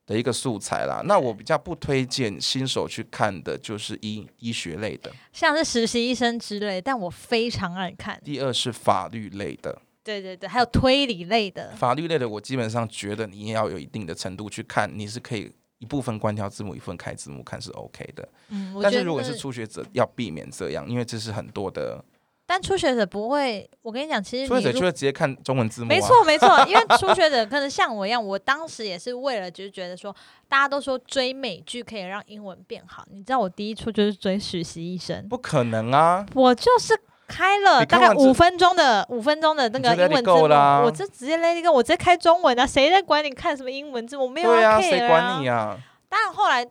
Speaker 2: 的一个素材啦。那我比较不推荐新手去看的就是医医学类的，
Speaker 1: 像是实习医生之类，但我非常爱看。
Speaker 2: 第二是法律类的。
Speaker 1: 对对对，还有推理类的，
Speaker 2: 法律类的我基本上觉得你也要有一定的程度去看，你是可以一部分关掉字幕，一部分开字幕看是 OK 的。
Speaker 1: 嗯，我
Speaker 2: 但
Speaker 1: 觉
Speaker 2: 是
Speaker 1: 得
Speaker 2: 如果
Speaker 1: 那
Speaker 2: 是初学者，要避免这样，因为这是很多的
Speaker 1: 但初学者不会，我跟你讲，其实
Speaker 2: 初学
Speaker 1: 你
Speaker 2: 者
Speaker 1: 如
Speaker 2: 就会直接看中文字幕、啊。
Speaker 1: 没错没错，因为初学者可能像我一样，我当时也是为了就是觉得说，大家都说追美剧可以让英文变好，你知道我第一出就是追《实习医生》，
Speaker 2: 不可能啊！
Speaker 1: 我就是。开了
Speaker 2: 你
Speaker 1: 大
Speaker 2: 看
Speaker 1: 概
Speaker 2: 完这
Speaker 1: 五分钟的五分钟的那个
Speaker 2: 你就 let
Speaker 1: 英
Speaker 2: it
Speaker 1: 文字幕，
Speaker 2: go 啦
Speaker 1: 我就直接 let it go，我直接开中文啊，谁在管你看什么英文字幕？没有
Speaker 2: 对啊，
Speaker 1: 人 care 哦
Speaker 2: 谁管你啊？
Speaker 1: 但后来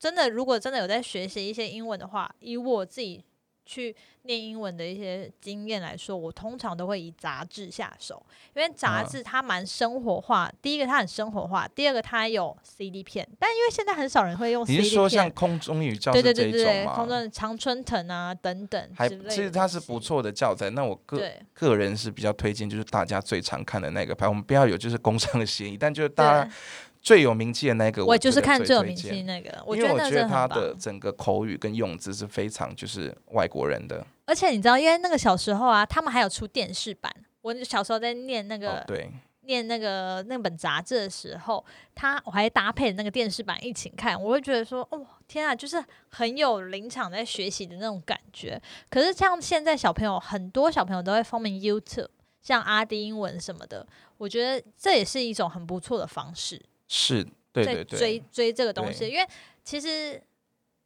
Speaker 1: 真的，如果真的有在学习一些英文的话，以我自己去念英文的一些经验来说，我通常都会以杂志下手，因为杂
Speaker 2: 嗯
Speaker 1: 志它蛮生活化。第一个它很生活化，第二个它有 CD 片，但因为现在很少人会用
Speaker 2: 你是
Speaker 1: CD
Speaker 2: 说像
Speaker 1: 片。
Speaker 2: 空中语教
Speaker 1: 对
Speaker 2: 室
Speaker 1: 对
Speaker 2: 这
Speaker 1: 对
Speaker 2: 一
Speaker 1: 对
Speaker 2: 种
Speaker 1: 对，
Speaker 2: 吗？
Speaker 1: 空中的常春藤啊等等
Speaker 2: 还
Speaker 1: 之类的，
Speaker 2: 其实它是不。错的教材。那我个
Speaker 1: 对
Speaker 2: 个人是比较推荐，就是大家最常看的那个牌，我们不要有就是工商的嫌疑，但就是大
Speaker 1: 对
Speaker 2: 家，最有名气的那个，
Speaker 1: 我
Speaker 2: 我
Speaker 1: 就是
Speaker 2: 觉得
Speaker 1: 看
Speaker 2: 最
Speaker 1: 最有
Speaker 2: 推
Speaker 1: 名
Speaker 2: 荐
Speaker 1: 气那个，
Speaker 2: 因
Speaker 1: 觉
Speaker 2: 为
Speaker 1: 得
Speaker 2: 我
Speaker 1: 那个
Speaker 2: 觉
Speaker 1: 真
Speaker 2: 得
Speaker 1: 的
Speaker 2: 他
Speaker 1: 很棒。
Speaker 2: 的整个口语跟用字是非常就是外国人的，
Speaker 1: 而且你知道，因为那个小时候啊，他们还有出电视版。我小时候在念那个
Speaker 2: 哦，对，
Speaker 1: 念那个那本杂志的时候，他我还搭配那个电视版一起看，我会觉得说，哦，天啊，就是很有临场在学习的那种感觉。可是像现在小朋友，很多小朋友都会风靡 YouTube，像阿迪英文什么的，我觉得这也是一种很不错的方式，
Speaker 2: 是，对对
Speaker 1: 在追
Speaker 2: 对，
Speaker 1: 追这个东西，
Speaker 2: 对
Speaker 1: 因为其实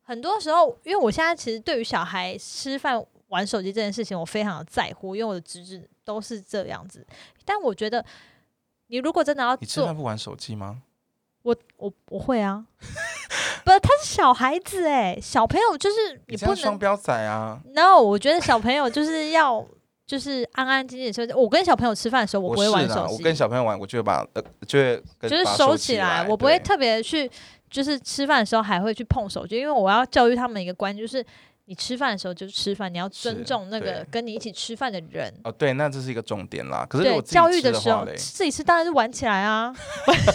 Speaker 1: 很多时候，因为我现在其实对于小孩吃饭玩手机这件事情，我非常的在乎，因为我的侄子都是这样子。但我觉得，你如果真的要
Speaker 2: 你吃饭
Speaker 1: 做，
Speaker 2: 不玩手机吗？
Speaker 1: 我我我会啊，不，他是小孩子哎、小朋友就是
Speaker 2: 你
Speaker 1: 你
Speaker 2: 这
Speaker 1: 不
Speaker 2: 样双
Speaker 1: 能
Speaker 2: 标仔啊！
Speaker 1: no，我觉得小朋友就是要。就是安安静静地吃。我跟小朋友吃饭的时候，不会
Speaker 2: 是
Speaker 1: 玩
Speaker 2: 啦
Speaker 1: 手机。
Speaker 2: 我跟小朋友玩，我就会把呃，就会跟
Speaker 1: 就是
Speaker 2: 把它
Speaker 1: 收
Speaker 2: 起
Speaker 1: 起来，我不会
Speaker 2: 对
Speaker 1: 特别去，就是吃饭的时候还会去碰手机，因为我要教育他们一个观念，就是你吃饭的时候就吃饭，你要尊
Speaker 2: 是
Speaker 1: 重那个
Speaker 2: 对
Speaker 1: 跟你一起吃饭的人。
Speaker 2: 哦，对，那这是一个重点啦。可是如
Speaker 1: 对
Speaker 2: 果，自己
Speaker 1: 教育
Speaker 2: 吃的
Speaker 1: 时
Speaker 2: 话
Speaker 1: 候
Speaker 2: 嘞，
Speaker 1: 自己吃当然是玩起来啊，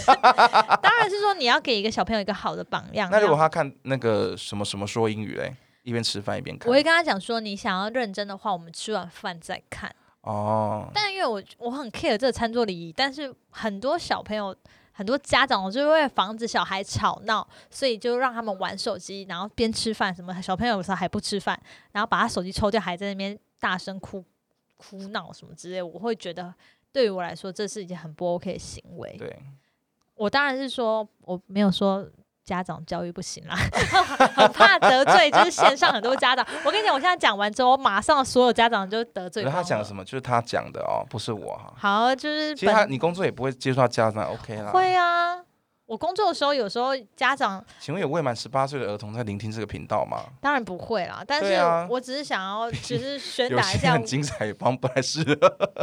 Speaker 1: 当然是说你要给一个小朋友一个好的榜样。啊
Speaker 2: 那如果
Speaker 1: 然后
Speaker 2: 他看那个什么什么说英语嘞，一边吃饭一边看
Speaker 1: 我，会跟他讲说，你想要认真的话，我们吃完饭再看。
Speaker 2: 哦，
Speaker 1: 但因为我我很 care 这个餐桌礼仪，但是很多小朋友、很多家长就是为了防止小孩吵闹，所以就让他们玩手机，然后边吃饭什么。小朋友有时候还不吃饭，然后把他手机抽掉，还在那边大声哭哭闹什么之类，我会觉得对于我来说，这是一件很不 OK 的行为。
Speaker 2: 对，
Speaker 1: 我当然是说，我没有说家长教育不行啦， 很怕得罪，就是线上很多家长。我跟你讲，我现在讲完之后，马上所有家长就得罪
Speaker 2: 可是他讲
Speaker 1: 么？
Speaker 2: 什么就是他讲的哦，不是我哈。
Speaker 1: 好，就是
Speaker 2: 其实他
Speaker 1: 本
Speaker 2: 你工作也不会接触到家长，OK 啦。
Speaker 1: 会啊。我工作的时候，有时候家长
Speaker 2: 请问有未满十八岁的儿童在聆听这个频道吗？
Speaker 1: 当然不会啦，但
Speaker 2: 对
Speaker 1: 是
Speaker 2: 啊
Speaker 1: 我只是想 要，只是宣
Speaker 2: 有
Speaker 1: 达一
Speaker 2: 些
Speaker 1: 下
Speaker 2: 很，精彩，也帮不太适合。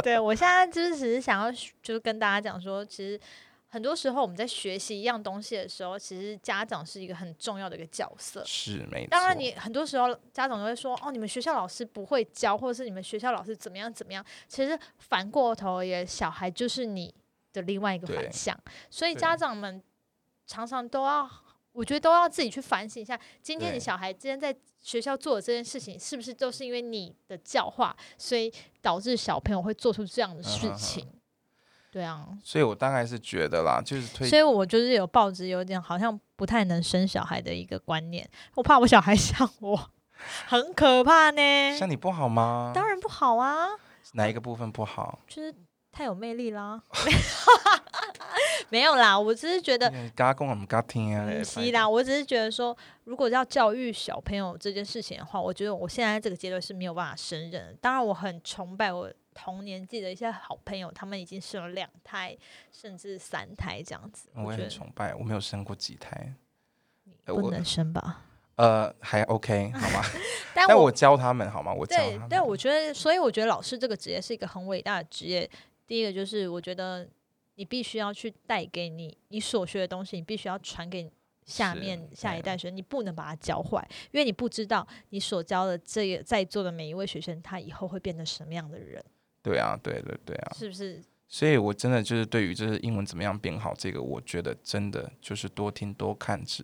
Speaker 1: 对我现在就是只是想要，就是跟大家讲说，其实很多时候我们在学习一样东西的时候，其实家长是一个很重要的一个角色。
Speaker 2: 是没错。
Speaker 1: 当然，你很多时候家长都会说：“哦，你们学校老师不会教，或者是你们学校老师怎么样怎么样。”其实反过头也，小孩就是你的另外一个
Speaker 2: 对
Speaker 1: 反向，所以
Speaker 2: 对
Speaker 1: 家长们常常都要，我觉得都要自己去反省一下，今天你
Speaker 2: 对
Speaker 1: 小孩今天在学校做的这件事情，是不是都是因为你的教化，所以导致小朋友会做出这样的事
Speaker 2: 嗯哼哼
Speaker 1: 情？对啊，
Speaker 2: 所以我大概是觉得啦，就是推
Speaker 1: 所以我就是有抱着有点好像不太能生小孩的一个观念，我怕我小孩 像我，很可怕呢。
Speaker 2: 像你不好吗？
Speaker 1: 当然不好啊，
Speaker 2: 哪一个部分不好？
Speaker 1: 就是太有魅力 啦。没有啦，我只是觉得。
Speaker 2: 你跟他讲，我们跟他听啊。
Speaker 1: 嗯，
Speaker 2: 拜
Speaker 1: 是
Speaker 2: 托
Speaker 1: 啦，我只是觉得说，如果要教育小朋友这件事情的话，我觉得我现在这个阶段是没有办法胜任的。当然，我很崇拜我同年纪的一些好朋友，他们已经生了两胎，甚至三胎这样子。
Speaker 2: 我也
Speaker 1: 觉
Speaker 2: 很
Speaker 1: 得
Speaker 2: 崇拜，我没有生过几胎，呃
Speaker 1: 不
Speaker 2: 我
Speaker 1: 能生 吧？
Speaker 2: 呃，还 OK 好吗？
Speaker 1: 但
Speaker 2: 但
Speaker 1: 我
Speaker 2: 我教他们好吗？我教
Speaker 1: 对
Speaker 2: 他，
Speaker 1: 但
Speaker 2: 们。
Speaker 1: 我觉得，所以我觉得老师这个职业是一个很伟大的职业。第一个就是，我觉得你必须要去带给你你所学的东西，你必须要传给下
Speaker 2: 是
Speaker 1: 面下一
Speaker 2: 对
Speaker 1: 代学生，你不能把它教坏，因为你不知道你所教的这个在座的每一位学生，他以后会变成什么样的人，
Speaker 2: 对啊，对对对啊。
Speaker 1: 是不是？
Speaker 2: 所以，我真的就是对于就是英文怎么样变好这个，我觉得真的就是多听多看是，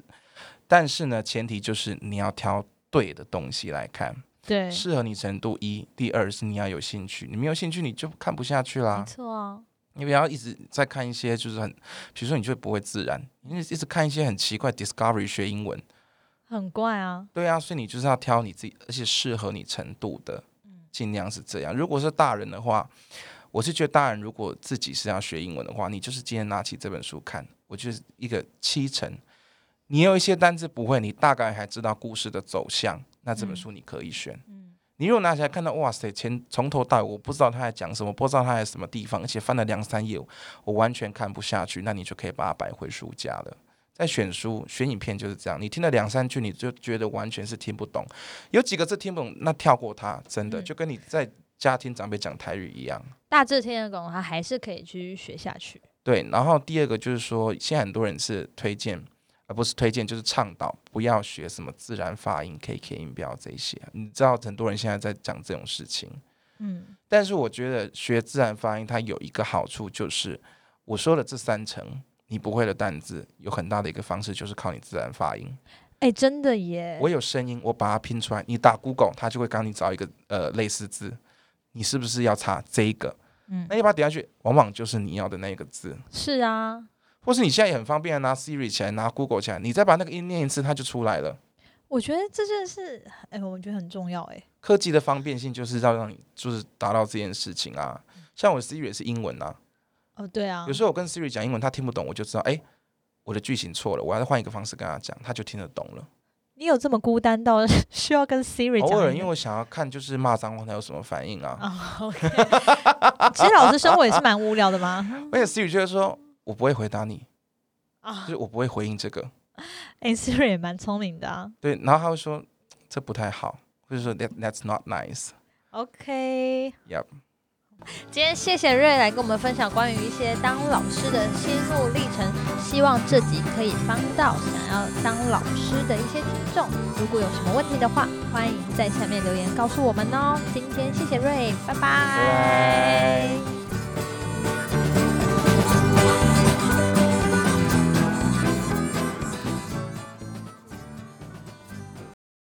Speaker 2: 但是呢，前提就是你要挑对的东西来看，
Speaker 1: 对，
Speaker 2: 适合你程度一。第二是你要有兴趣，你没有兴趣你就看不下去
Speaker 1: 没
Speaker 2: 啦。
Speaker 1: 错啊，
Speaker 2: 你不要一直在看一些就是很，比如说你就不会自然，因为一直看一些很奇怪 Discovery 学英文，
Speaker 1: 很怪啊，
Speaker 2: 对啊，所以你就是要挑你自己，而且适合你程度的，
Speaker 1: 嗯
Speaker 2: 尽量是这样。如果是大人的话，我是觉得大人如果自己是要学英文的话，你就是今天拿起这本书看，我就是一个七成。你有一些单字不会，你大概还知道故事的走向，那这本
Speaker 1: 嗯
Speaker 2: 书你可以选。
Speaker 1: 嗯，
Speaker 2: 你如果拿起来看到，哇塞，前从头到尾我不知道他在讲什么，不知道他在什么地方，而且翻了两三页，我完全看不下去，那你就可以把它摆回书架了。在选书、选影片就是这样，你听了两三句，你就觉得完全是听不懂，有几个字听不懂，那跳过它，真的、
Speaker 1: 嗯
Speaker 2: 就跟你在家听长辈讲台语一样。
Speaker 1: 大致听得懂，他还是可以继续学下去。
Speaker 2: 对，然后第二个就是说，现在很多人是推荐，呃而不是推荐，就是倡导不要学什么自然发音、KK 音标这一些。啊你知道很多人现在在讲这种事情，
Speaker 1: 嗯，
Speaker 2: 但是我觉得学自然发音它有一个好处，就是我说的这三层你不会的单字，有很大的一个方式就是靠你自然发音。
Speaker 1: 哎、真的耶，
Speaker 2: 我有声音，我把它拼出来，你打 Google，它就会帮你找一个呃类似字。你是不是要查这一个？
Speaker 1: 嗯
Speaker 2: 那，你把它点下去，往往就是你要的那个字，
Speaker 1: 是啊，
Speaker 2: 或是你现在也很方便的啊拿 Siri 起来，拿 Google 起来，你再把那个音念一次，它就出来了。
Speaker 1: 我觉得这件事，哎、我觉得很重要、哎。
Speaker 2: 科技的方便性就是要让你就是达到这件事情啊。像我 Siri 也是英文啊，
Speaker 1: 哦，对啊，
Speaker 2: 有时候我跟 Siri 讲英文，他听不懂，我就知道，哎，我的句型错了，我要换一个方式跟他讲，他就听得懂了。
Speaker 1: 你有这么孤单到 需要跟 Siri 讲英
Speaker 2: 偶
Speaker 1: 文？
Speaker 2: 尔因为我想要看，就是骂脏话他有什么反应啊，
Speaker 1: 啊、o k 其实老师生活也是蛮无聊的嘛。
Speaker 2: 而且 Siri 就会说，我不会回答你，就
Speaker 1: 啊
Speaker 2: 是，我不会回应这个，
Speaker 1: 哎、s i r i 也蛮聪明的啊。
Speaker 2: 对，然后他会说这不太好，或者说 that that's not nice。
Speaker 1: OK，
Speaker 2: Yep
Speaker 1: 今天谢谢瑞来跟我们分享关于一些当老师的心路历程，希望这集可以帮到想要当老师的一些听众。如果有什么问题的话，欢迎在下面留言告诉我们哦。今天谢谢瑞，拜拜
Speaker 2: 拜